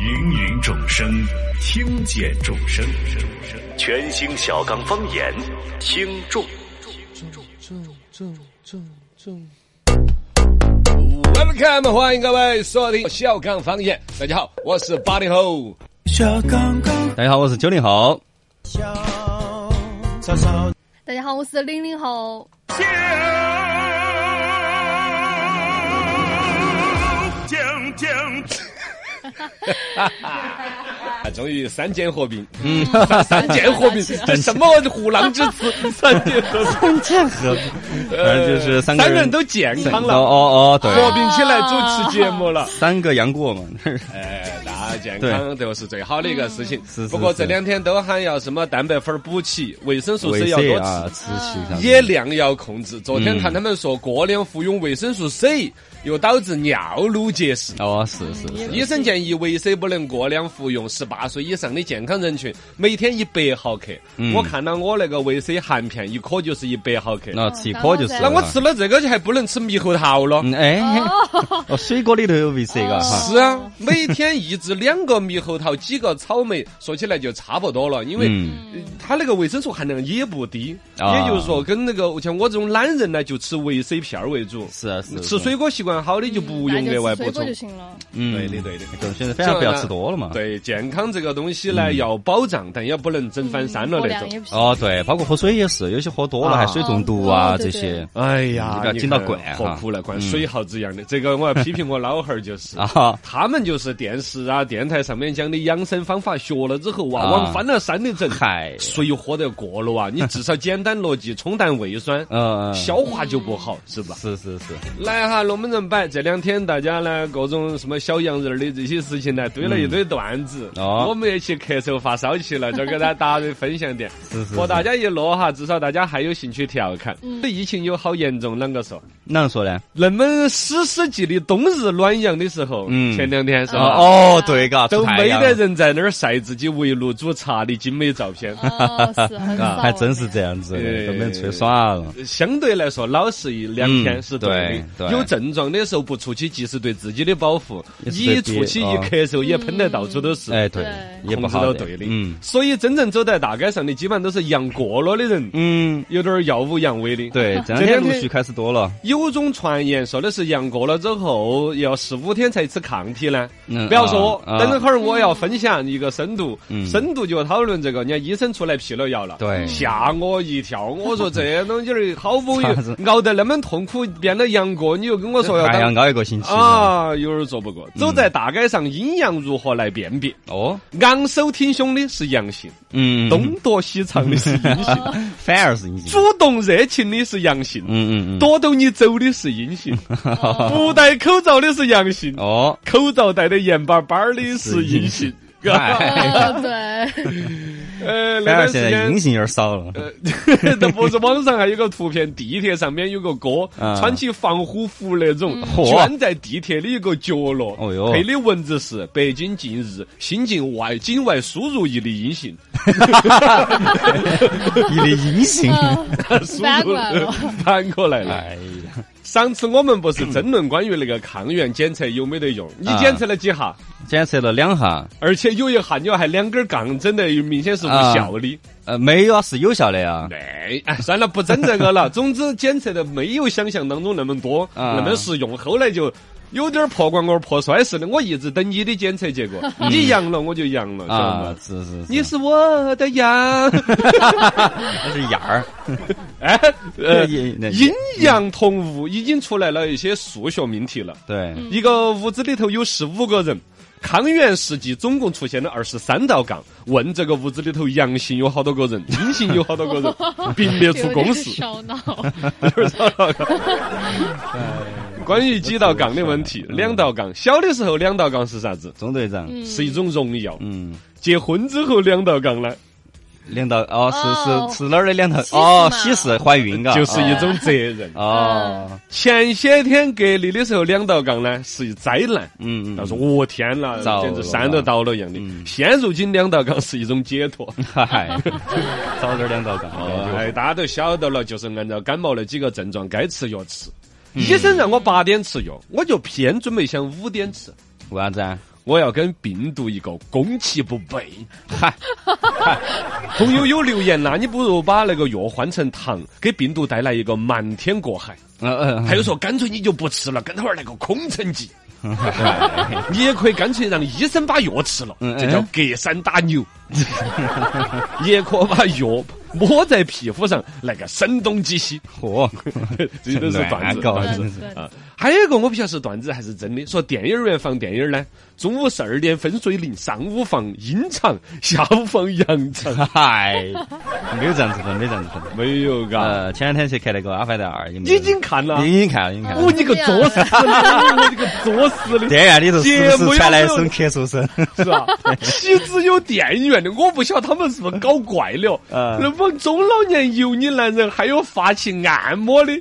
芸芸众生，听见众生，全新小刚方言，听众。 Welcome，欢迎各位锁定小刚方言。大家好，我是八零后。小刚刚大家好，我是九零后。小嫂嫂，大家好，我是零零后。啊，终于三剑合并，嗯，三剑合并，这什么虎狼之词？三剑合并，反正就是三个呃三人人都健康哦了，哦哦，合对，并起来主持节目了。三个杨过嘛，哎，那健康就是最好的一个事情。嗯是是不过这是两天都喊要什么蛋白粉儿补齐，维生素 C 维要 C 多啊，吃。吃起上也量要控制。昨天嗯看他们说过量服用维生素 C 又导致尿路结石。哦，是是是，医生建议维 C 不能过量服用，十八岁以上的健康人群每天一百毫克。嗯我看到我那个维 C 含片一颗就是一百毫克，那吃一颗就是了。那我吃了这个就还不能吃猕猴桃了。嗯，哎，哦，水果里头有维 C 个哈，是啊，每天一至两个猕猴桃，几个草莓，说起来就差不多了，因为嗯呃它那个维生素含量也不低。啊也就是说，跟那个像我这种懒人呢，就吃维 C 片儿为主。是啊是啊吃水果习惯好的就不用额外补水果充就。行了。嗯，对呃的对的。就现在反正不要吃多了嘛。，嗯对健康这个东西呢，要保障，但也不能整翻山了嗯过那量种。也不行。哦对，包括喝水也是，有些喝多了啊还水中毒啊哦这对些哎呀你不要你紧到看管啊何苦呢？管水耗子一样的。这个我要批评我老汉儿就是 啊。哈他们就是电视啊、电台上面讲的养生方法，学了之后哇，啊往翻了山的整，嗨，谁喝得过了啊？你至少简单逻辑，冲淡胃 酸，呃，消化就不好，是吧？是是是，来哈，龙门阵摆这两天，大家呢各种什么小洋人儿的这些事情呢，堆了一堆段子，嗯哦我们也去咳嗽发烧去了，就给大家分享点，是嗯是和大是。家一乐哈，至少大家还有兴趣调侃。这疫情有好严重，啷个说？哪样说呢？那么史诗级的冬日暖阳的时候，嗯前两天是哦吧？哦，对嘎，啊都出太没阳得人在那儿晒自己围炉煮茶的精美照片。哦，是很少。啊，还真是这。样子的，对都被人吹耍了。相对来说，老实一两天嗯是对的。对对有症状的时候不出去，既是对自己的保护，也是一对出去一别咳人嗽也喷得到处都是。哎，对对，也不控制好到的对的。嗯所以真正走在大街上的，基本上都是阳过了的人，嗯，有点儿耀武扬威的。。 对，这这两两天天陆续开始多了。有种传言说的是阳过了之后要十五天才吃抗体呢，嗯不要说，啊啊等会儿我要分享一个深度，嗯深度就讨论这个，人家医生出来辟了谣了，对吓我一跳，我说这东西儿好不容啥子哎易熬得那么痛苦，变了杨过，你又跟我说要还要当熬一个星期呢啊，有点儿做不嗯过。走在大街上，阴阳如何来辨别？哦，昂首挺胸的是阳性，嗯， 东躲西藏的是阴性，反而是阴性主。动热情的是阳性，嗯嗯嗯，躲到你走的是阴 性，不戴口罩的是阳性，哦，口罩戴的严巴巴的是阴性。 嗨，哦，对，呃，反那而段时哎现在阴间。性有点少了。 呃，那不是网上还有个图片，地铁上面有个哥啊穿起防护服那种，嚯卷在地铁的一个角落哦，哟配的文字是“北京近日新境外境外输入一例阴性一粒阴性，嗯输反入过来呃了 反过来了。 哎呀，上次我们不是争论关于那个抗原检测有没得用？你啊检测了几下？检测了两下，而且有一下你要还两根杠，真的明显是无效的。呃，没有啊，是有效的呀。哎，哎，算了，不争这个 了。总之检测的没有想象当中那么多，啊那么实用。后来就有点破罐罐破摔似的，我一直等你的检测结果，你阳了我就阳了，晓得嗯啊吗，？是是，你是我的 阳，那是样儿，哎，呃，也 那阴阳同物已经出来了一些数学命题了。对，嗯一个屋子里头有十五个人，抗原试剂总共出现了二十三道杠。问这个屋子里头阳性有好多个人，阴性有好多个 人，并列出公式。烧脑。 关于几道杠的问题，两道杠。小的时候两道杠是啥子？中队嗯长，是一种荣耀。嗯，结婚之后两道杠呢，两道哦，哦是是是哪儿的两道？喜事哦，嘛喜事怀孕嘎，就是一种责任。哦，前些天隔离的时候两道杠呢是灾难。嗯他嗯，说：“我天呐，糟简直了山都倒了一样的。嗯现如今两道杠是一种解脱。嗨，早点两道杠，哎，大家都晓得了，就是按照感冒那几个症状该吃嗯药吃。医生让我八点吃药，我就偏准备想五点吃。为啥子啊？我要跟病毒一个攻其不备。嗨，朋友有留言啦，你不如把那个药换成糖，给病毒带来一个瞒天过海。嗯嗯，还有说，干脆你就不吃了，跟他玩那个空城 计。你也可以干脆让医生把药吃了，嗯这叫隔山打牛。 也可把药抹在皮肤上，来个声东击西。嚯，这些都是 段子乱搞段真子是啊。还有一个我不晓得是段子还是真的，说电影院放电影呢，中午十二点分水岭，上午放阴场，下午放阳场，嗨，没有这样子分，没有这样子分。没有嘎。呃，前两天去看那个《阿凡达二》，有没有啊已经看了，已经看了，已经看嗯了我。你个作死 的，你个作死的。电影院里头是节不目有是传来一没有声咳嗽声？ 是吧？岂止有电影院的，我不晓得他们是不是搞怪了。嗯那帮中老年油腻男人还有发起按摩的，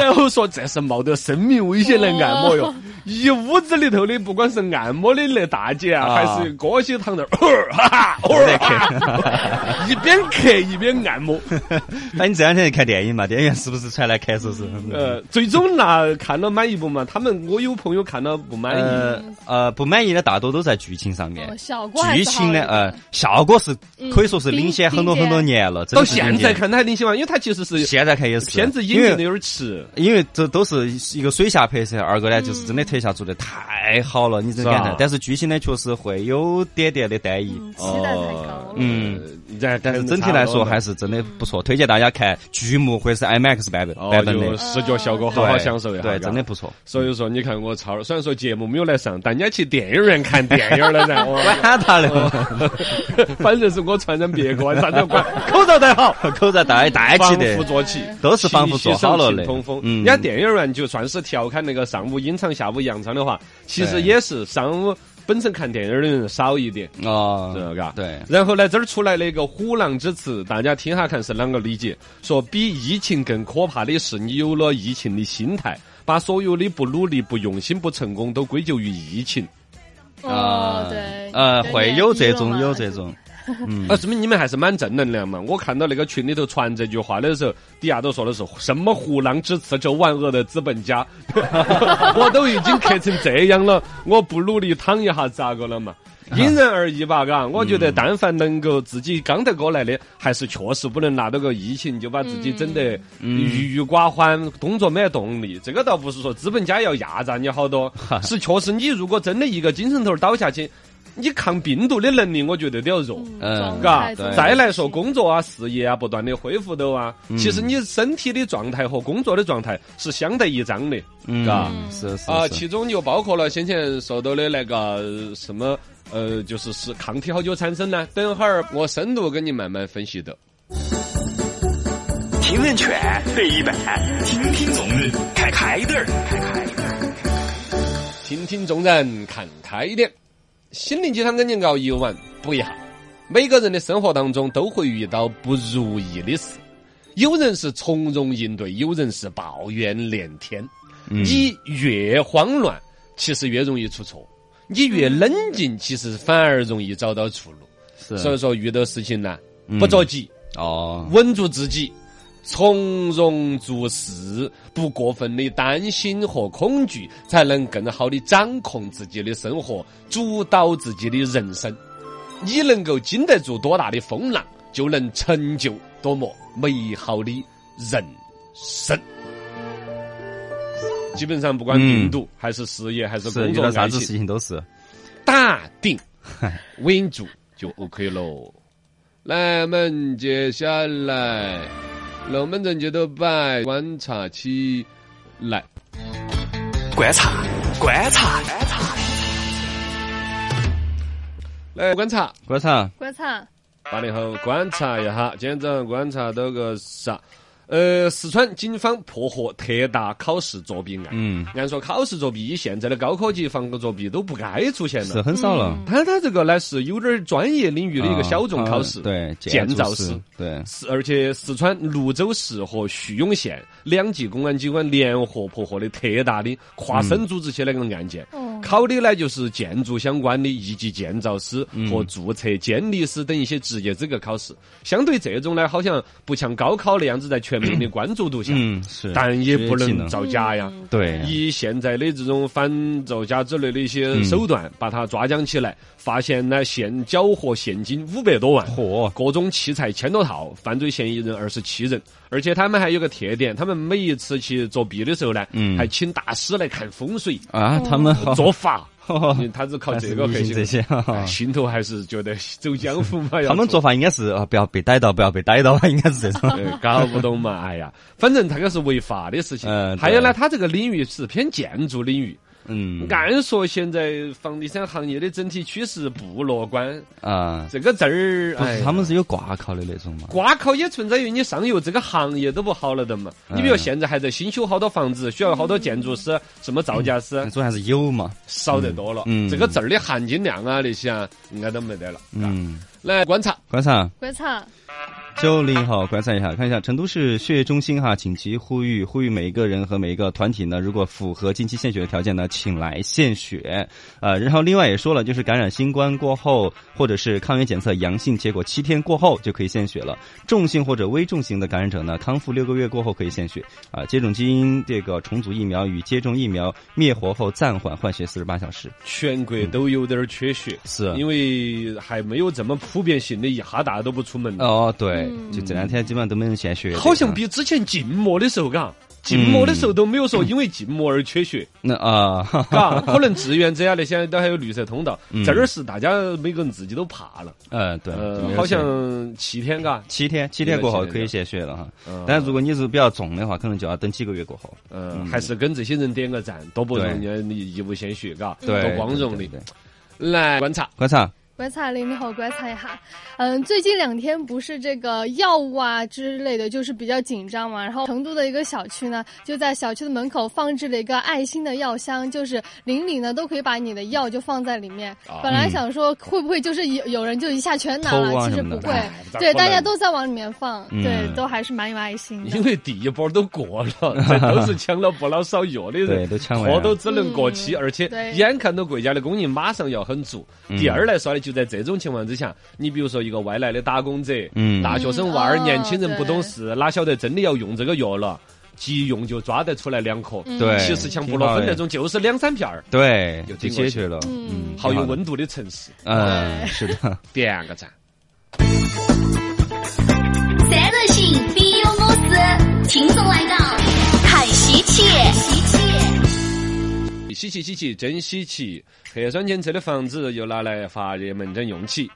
然后说这是冒着生命危险来按摩哦哟。一屋子里头的，不管是按摩的那大姐啊，啊还是歌些躺那儿，哦哈 哈， 哦 哈哈，一边咳一边按摩。那你这两天去看电影嘛？电影院是不是传来咳嗽声？呃，最终那看了满意不嘛？他们我有朋友看了不满意。呃呃，不满意的大多都在剧情上面哦。效果还剧是好情呢，的呃，效果是嗯可以说是领先很多并很多年了，真到的是现领在先，看他还挺喜欢，因为他其实是现在看也是片子引因为进的有点迟。因为这都是一个水下拍摄，二个呢就是真的特效做的太好了，你真感是叹吧。但是剧情呢确实会有点点的单一，嗯期待太哦高了。嗯，但但是整体来说还是是真的不错，推荐大家看剧目或者是 IMAX 版本哦，版本就的，视觉效果好对好享受一下，对，嘎真的。不错。所以说，你看我超，虽然说节目没有来上，但人家去电影院看电影了 噻。哦管他了，反正是我传染别个，啥都管，口罩戴好，口罩戴戴防起护的，做起。都是防护做好了的通风。。人嗯，家电影院就算是调侃那个上午阴场、下午阳场的话，其实对也是上午本身看电影的人少一点，哦，是嘎。对，然后呢，这儿出来了一个虎狼之词，大家听下看是啷个理解？说比疫情更可怕的是，你有了疫情的心态，把所有的不努力、不用心、不成功都归咎于疫情。哦，对，呃，人会也有低这了种嘛有这。种，嗯啊，，说明你们还是蛮正能量嘛！我看到那个群里头传这句话的时候，底下都说的是什么“虎狼之词”这万恶的资本 家，我都已经咳成这样了，我不努力躺一下咋个了嘛？啊因人而异吧，嘎。我觉得但凡能够自己刚得过来的，还是确实不能拿到个疫情就把自己整得嗯郁郁寡欢，工作没动力。这个倒不是说资本家要压榨你好多，是确实你如果真的一个精神头儿倒下去，你抗病毒的能力，我觉得都要弱。嗯嗯，嘎嘎，对，再来说工作啊、事业啊，不断的恢复都啊，其实你身体的状态和工作的状态是相得益彰的嗯嘎，是是啊。是其中又包括了先前说到的那个呃什么呃，就是是抗体好久产生呢？等会儿我深度跟你慢慢分析的。提问权对一百，听听总人看开点儿。听听众人看开一点，心灵鸡汤跟你熬一碗补一下。每个人的生活当中都会遇到不如意的事，有人是从容应对，有人是抱怨连天。嗯你越慌乱，其实越容易出错；你越冷静，其实反而容易找到出路。所以是说，遇到事情呢，不着急，哦，稳住自己，从容做事，不过分的担心和恐惧，才能更好的掌控自己的生活，主导自己的人生。你能够经得住多大的风浪，就能成就多么美好的人生。基本上，不管病毒、还是事业还是嗯是工遇作到啥爱子事情，情都是打定稳住就 OK 喽。来，我们接下来，龙门阵节奏摆观察起来。观察，观察，来观察，观察，观察，八零后观察一下，今天早上观察到个啥？呃，四川警方破获特大考试作弊案。嗯，按说考试作弊，现在的高科技防作弊都不该出现是了。很少嗯了。他他这个呢是有点专业领域的一个啊小众它考试，对，建造筑师，对，四而且四川泸州市和叙永嗯县两级公安机关联合破获的特大的跨省组织起来个案件。哦考的呢就是建筑相关的一级建造师嗯和注册监理师等一些职业资格考试。相对这种呢，好像不像高考那样子在全民的关注度下， 嗯，是，但也不职业技能能造假呀。嗯对以现在的这种反造假之类的一嗯些手段，把它抓将起来，发现呢现缴获现金五百多万，嚯各种器材千多套，犯罪嫌疑人二十七人，而且他们还有个特点，他们每一次去作弊的时候呢，嗯还请大师来看风水、啊，他们好，做法，呵呵因为他只靠还这哦是个迷核信心，这些，哈哈哎心头还是觉得走江湖嘛。要 他们做法应该是啊，不要被逮到，不要被逮到吧，应该是这 种。呃搞不懂嘛，哎呀，反正它个是违法的事情。嗯还有呢，对它这个领域是偏建筑领域。嗯按说现在房地产行业的整体趋势不乐观，啊，这个字儿，不哎是呀他们是有挂靠的那种嘛？挂靠也存在于你上游这个行业都不好了的嘛。嗯你比如现在还在新修好多房子，需要好多建筑师、什么造价师那，种还是有嘛？少得多了。嗯嗯嗯这个字儿的含金量啊那些啊，应该都没得了。嘎嗯，来观察，观察观察，九零后，观察一下，看一下成都市血液中心哈，紧急呼吁，呼吁每一个人和每一个团体呢，如果符合近期献血的条件呢，请来献血。呃，然后另外也说了，就是感染新冠过后，或者是抗原检测阳性结果七天过后就可以献血了。重性或者危重型的感染者呢，康复六个月过后可以献血。啊、接种基因这个重组疫苗与接种疫苗灭活后暂缓换血四十八小时。全国都有点儿缺血，是因为还没有这么普遍性的，一哈大家都不出门。哦，对，嗯就这两天基本上都没人献血。好像 比之前静默的时候，嗯嘎，静默的时候都没有说因为静默而缺 血，那啊，哈哈嘎，可能志愿者呀那些都还有绿色通道，嗯这儿是大家每个人自己都怕了，呃，对，就没呃，有好钱像七天，嘎，七天，七天过后可以献血了哈。嗯但如果你是比较重的话，可能就要等几个月过后。嗯，还是跟这些人点个赞，多不容易，对你义务献血，嘎，对，多光荣对的嗯对。对来观察，观察，观察零零后观察一下，嗯，最近两天不是这个药物啊之类的，就是比较紧张嘛。然后成都的一个小区呢，就在小区的门口放置了一个爱心的药箱，就是邻里呢都可以把你的药就放在里面。本来想说会不会就是有有人就一下全拿偷了，啊其实什么不的会哎，咋对，可能大家都在往里面放，嗯对，都还是蛮有爱心的因。为第一波都过 了，这都是抢了不老少药的对，人，都啊抢完货都了。只能过期，嗯而且对眼看到国家的供应马上要很足。嗯第二来说呢，就在这种情况之下，你比如说一个外来的打工者，嗯大学生娃儿、嗯哦年轻人不懂事，哪晓得真的要用这个药了，急用就抓得出来两颗。嗯对其实像布洛芬那种就是两三片儿，对，有就经过解决了。嗯嗯，好有挺的。温度的城市，嗯，是 的。点个赞。三人行必有我师，轻松来搞，看稀奇，稀奇。稀奇稀奇，真稀奇！核酸检测的房子又拿来发热门诊用起。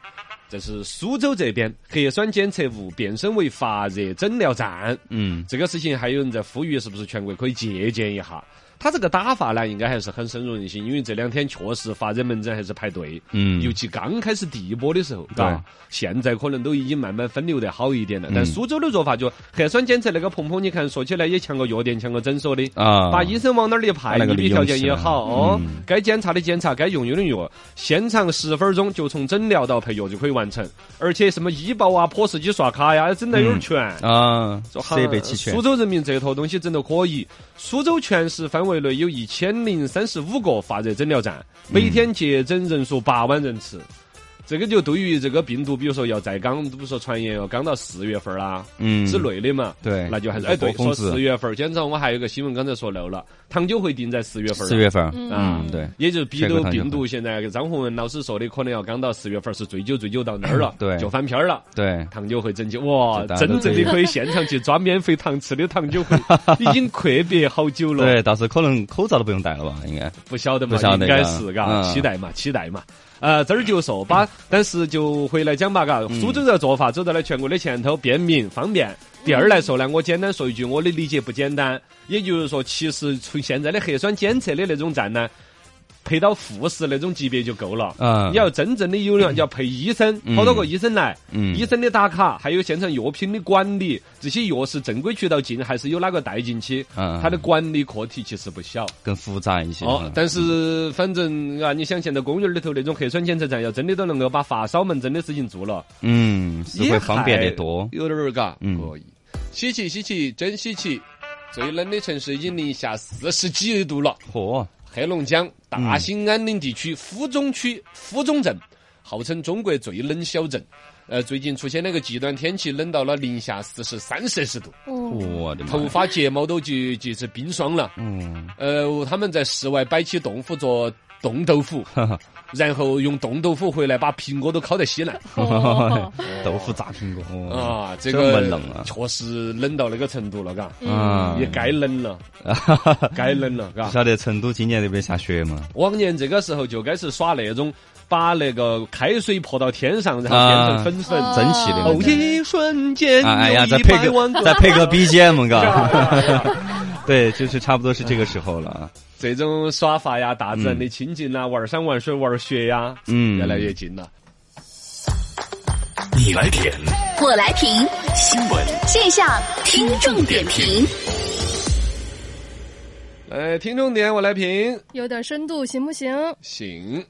这是苏州这边核酸检测物变身为发热诊疗站。嗯这个事情还有人在呼吁，是不是全国可以借鉴一下？他这个打法呢，应该还是很深入人心，因为这两天确实发热门诊还是排队，嗯尤其刚开始第一波的时候，嘎，现在可能都已经慢慢分流得好一点了。但嗯苏州的做法就核酸检测那个鹏鹏，你看说起来也像个药店，像个诊所的，啊，把医生往哪儿一把派，那个医利比用条件起也来好哦嗯，该检查的检查，该用药的药，现场十分钟就从诊疗到配药就可以完成，而且什么医保啊、坡式机刷卡呀，整得有点嗯全。啊，说哈设备齐全苏。州人民这坨东西整得可以。苏州全市范围内有一千零三十五个发热诊疗站，每天接诊人数八万人次。这个就对于这个病毒，比如说要在刚，比如说传言要刚到四月份儿啦嗯，之类的嘛，对那就还是哎对，高峰说子四月份儿，今早我还有个新闻刚才说漏了，糖酒会定在四月份儿了。四月份儿。啊嗯，对。也就是比全国斗糖酒，病毒，现在张宏文老师说的，可能要刚到四月份儿是最久最久到那儿了对就翻篇儿了。对，糖酒会拯救哇这！大家都真正的可以现场去抓免费糖吃的糖酒会，已经阔别好久了，对，到时候可能口罩都不用戴了吧？应该。不晓得嘛不晓，得应该是嘎嘎，嗯期待嘛，期待嘛。呃，这儿就说吧，但是就回来讲吧，嘎，嗯苏州这做法走到了全国的前头，便民方便。第二来说呢，我简单说一句，我的理解不简单，也就是说，其实从现在的核酸检测的那种站呢，配到护士那种级别就够了。嗯，你要真正的有人要配医生，好多个医生来，嗯医生的打卡，还有现场药品的管理，这些药是正规渠道进还是有哪个带进去，嗯它的管理课题其实不小。更复杂一些。哦，但是反正啊，你想现在公园里头那种核酸检测站，要真的都能够把发烧门诊的事情做了，嗯，是也会方便还得多。有点儿嘎，嗯可以。稀奇稀奇，真稀奇！最冷的城市已经零下四十几度了，嚯，黑龙江嗯大兴安岭地区鄜中区鄜中镇，号称中国最冷小镇。呃，最近出现那个极端天气，冷到了零下四十三摄氏度，哦，我的妈呀！头发睫毛都结结成冰霜了。 嗯，呃，他们在室外摆起冻斧做冻豆腐，然后用冻豆腐回来把苹果都烤得稀烂。 哦豆腐炸苹果啊，这这么个嗯冷啊确实冷到那个程度了，嘎，啊！也该冷 了，该冷了，嘎不。晓得成都今年那边下雪吗？往年这个时候就该是耍那种把那个开水泼到天上，然后变成粉粉。啊蒸汽的那哦，种。一瞬间啊哎呀，有再一配百个万个。再 配个 BGM，嘎。 对，就是差不多是这个时候了啊。这种耍法呀，大自然的亲近呐，玩山玩水玩雪呀，嗯越来越近了。你来点我来评新闻，线下听众点评，来，呃听重点，我来评。有点深度行不行？行。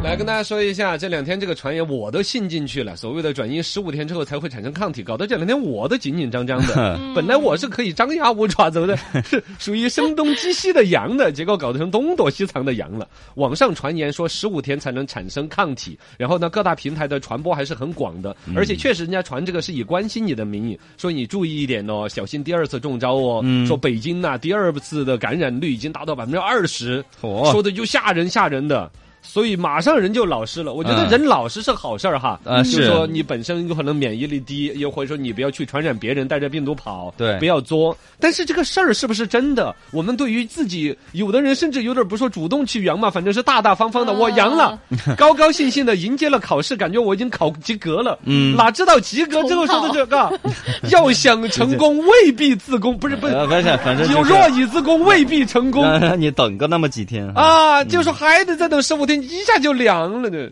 来跟大家说一下，这两天这个传言我都信进去了。所谓的转阴十五天之后才会产生抗体，搞得这两天我都紧紧张张的。本来我是可以张牙舞爪子的，是属于声东击西的羊的，结果搞得成东躲西藏的羊了。网上传言说十五天才能产生抗体，然后呢，各大平台的传播还是很广的，而且确实人家传这个是以关心你的名义，说你注意一点哦，小心第二次中招哦。说北京呐、第二次的感染率已经达到百分之二十，嚯说的就吓人吓人的。所以马上人就老实了，我觉得嗯人老实是好事儿哈。啊就是说你本身有可能免疫力低，又或者说你不要去传染别人，带着病毒跑，对不要作。但是这个事儿是不是真的？我们对于自己，有的人甚至有点不说主动去阳嘛，反正是大大方方的，啊我阳了， 高高兴兴的迎接了考试，感觉我已经考及格了。嗯哪知道及格之后说的这个， 要想成功未必自宫，不是不是，呃，不是，反正有就是 若已自宫未必成功。让让你等个那么几天啊。啊，就说还得再等十五天，一下就凉了呢。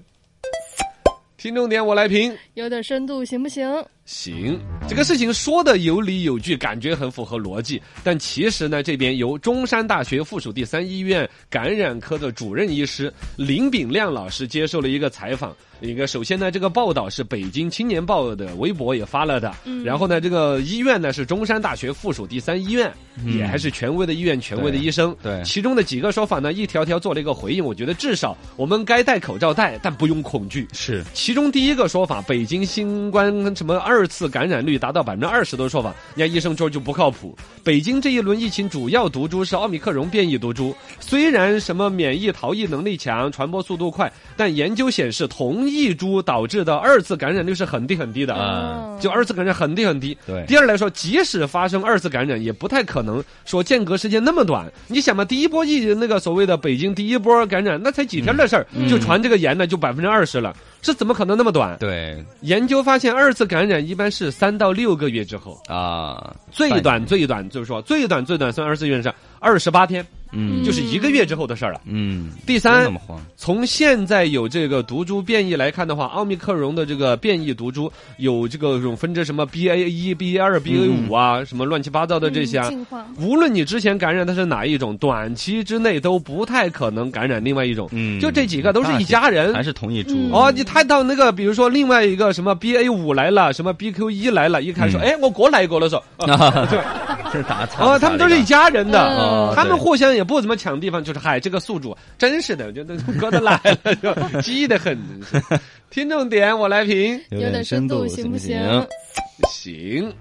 听重点，我来评。有点深度行不行？行，这个事情说的有理有据，感觉很符合逻辑，但其实呢，这边由中山大学附属第三医院感染科的主任医师林炳亮老师接受了一个采访。一个首先呢，这个报道是北京青年报的微博也发了的，嗯然后呢，这个医院呢是中山大学附属第三医院，也还是权威的医院，权威的医生。嗯对对其中的几个说法呢，一条条做了一个回应。我觉得至少我们该戴口罩戴，但不用恐惧。是，其中第一个说法，北京新冠什么二次感染率达到百分之二十的说法，人家医生说就不靠谱。北京这一轮疫情主要毒株是奥密克戎变异毒株，虽然什么免疫逃逸能力强、传播速度快，但研究显示同一株导致的二次感染率是很低很低的。嗯啊就二次感染很低很低。对第二来说，即使发生二次感染，也不太可能说间隔时间那么短。你想嘛，第一波疫那个所谓的北京第一波感染，那才几天的事儿，就传这个炎呢，就百分之二十了，是怎么可能那么短？嗯对研究发现，二次感染一般是三到六个月之后，啊，最短最短就是说最短最短算二次元上二十八天，嗯就是一个月之后的事儿了。嗯，第不用三那么，慌，从现在有这个毒株变异来看的话，奥密克戎的这个变异毒株有这个种分支什么 BA 一、BA 二、BA 嗯五啊，什么乱七八糟的这些啊。嗯进化，无论你之前感染的是哪一种，短期之内都不太可能感染另外一种。嗯就这几个都是一家人还。是同一株嗯哦，你他到那个，比如说另外一个什么 BA 五来了，什么 BQ 一来了，一看说，嗯哎、我过来过了， 说， 啊是打草哦，他们都是一家人的，嗯哦他们对互相也不怎么抢地方，就是嗨，这个宿主真是的，就那哥的来了，就急得很。听众点我来评，有点深度行不行？行。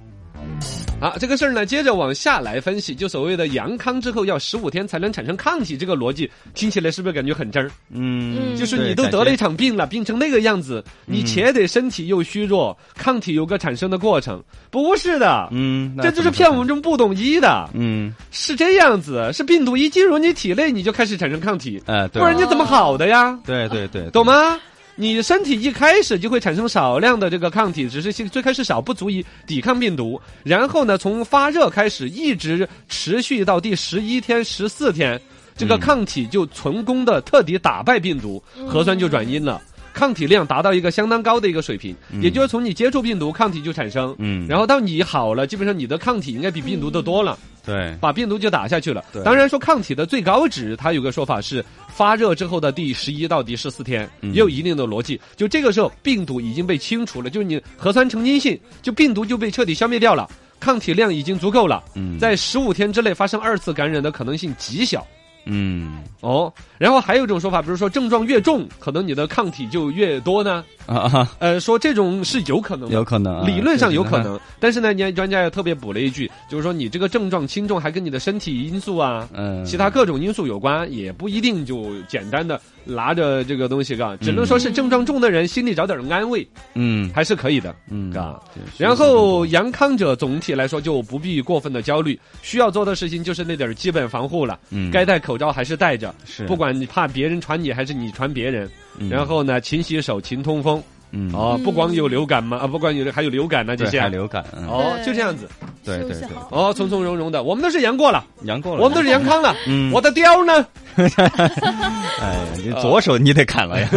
啊，这个事儿呢，接着往下来分析，就所谓的阳康之后要十五天才能产生抗体，这个逻辑听起来是不是感觉很真儿？嗯，就是对你都感得了觉嗯一场病了，病成那个样子，你且得身体又虚弱，抗体有个产生的过程，不是的，嗯，那这就怎是么骗办我们这种不懂医的。嗯，是这样子，是病毒一进入你体内，你就开始产生抗体，哎，对不然你怎么好的呀？对对对，懂？吗？你身体一开始就会产生少量的这个抗体，只是最最开始少，不足以抵抗病毒。然后呢，从发热开始，一直持续到第十一天、十四天，这个嗯抗体就成功的彻底打败病毒，核酸就转阴了。抗体量达到一个相当高的一个水平，也就是从你接触病毒，抗体就产生，嗯然后到你好了，基本上你的抗体应该比病毒的多了。对，把病毒就打下去了对。当然说抗体的最高值，它有个说法是发热之后的第十一到第十四天，嗯也有一定的逻辑。就这个时候病毒已经被清除了，就是你核酸呈阴性，就病毒就被彻底消灭掉了，抗体量已经足够了。嗯，在十五天之内发生二次感染的可能性极小，嗯哦，然后还有一种说法，比如说症状越重，可能你的抗体就越多呢。啊啊，呃，说这种是有可能的，有可能啊理论上有可这个能。但是呢，你看专家也特别补了一句，就是说你这个症状轻重还跟你的身体因素啊，嗯其他各种因素有关，也不一定就简单的拿着这个东西啊，只能说是症状重的人心里找点安慰，嗯还是可以的，嗯啊。就是然后，阳康者总体来说就不必过分的焦虑，需要做的事情就是那点儿基本防护了。嗯该戴口罩还是戴着，是不管你怕别人传你还是你传别人。嗯然后呢，勤洗手，勤通风。嗯哦，嗯不光有流感嘛，啊，不光有还有流感呢，这对些还。流感，嗯哦，对就这样子。对对休息对，好。哦，从从容容的，我们都是阳过了，阳过了，我们都是阳康了。嗯我的貂呢？哎，你左手你得砍 了呀，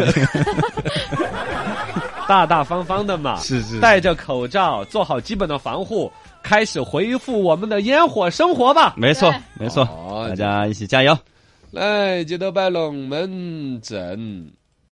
大大方方的嘛，是是是戴着口罩，做好基本的防护，开始恢复我们的烟火生活吧。没错没错哦，大家一起加油。来，记得摆龙门阵。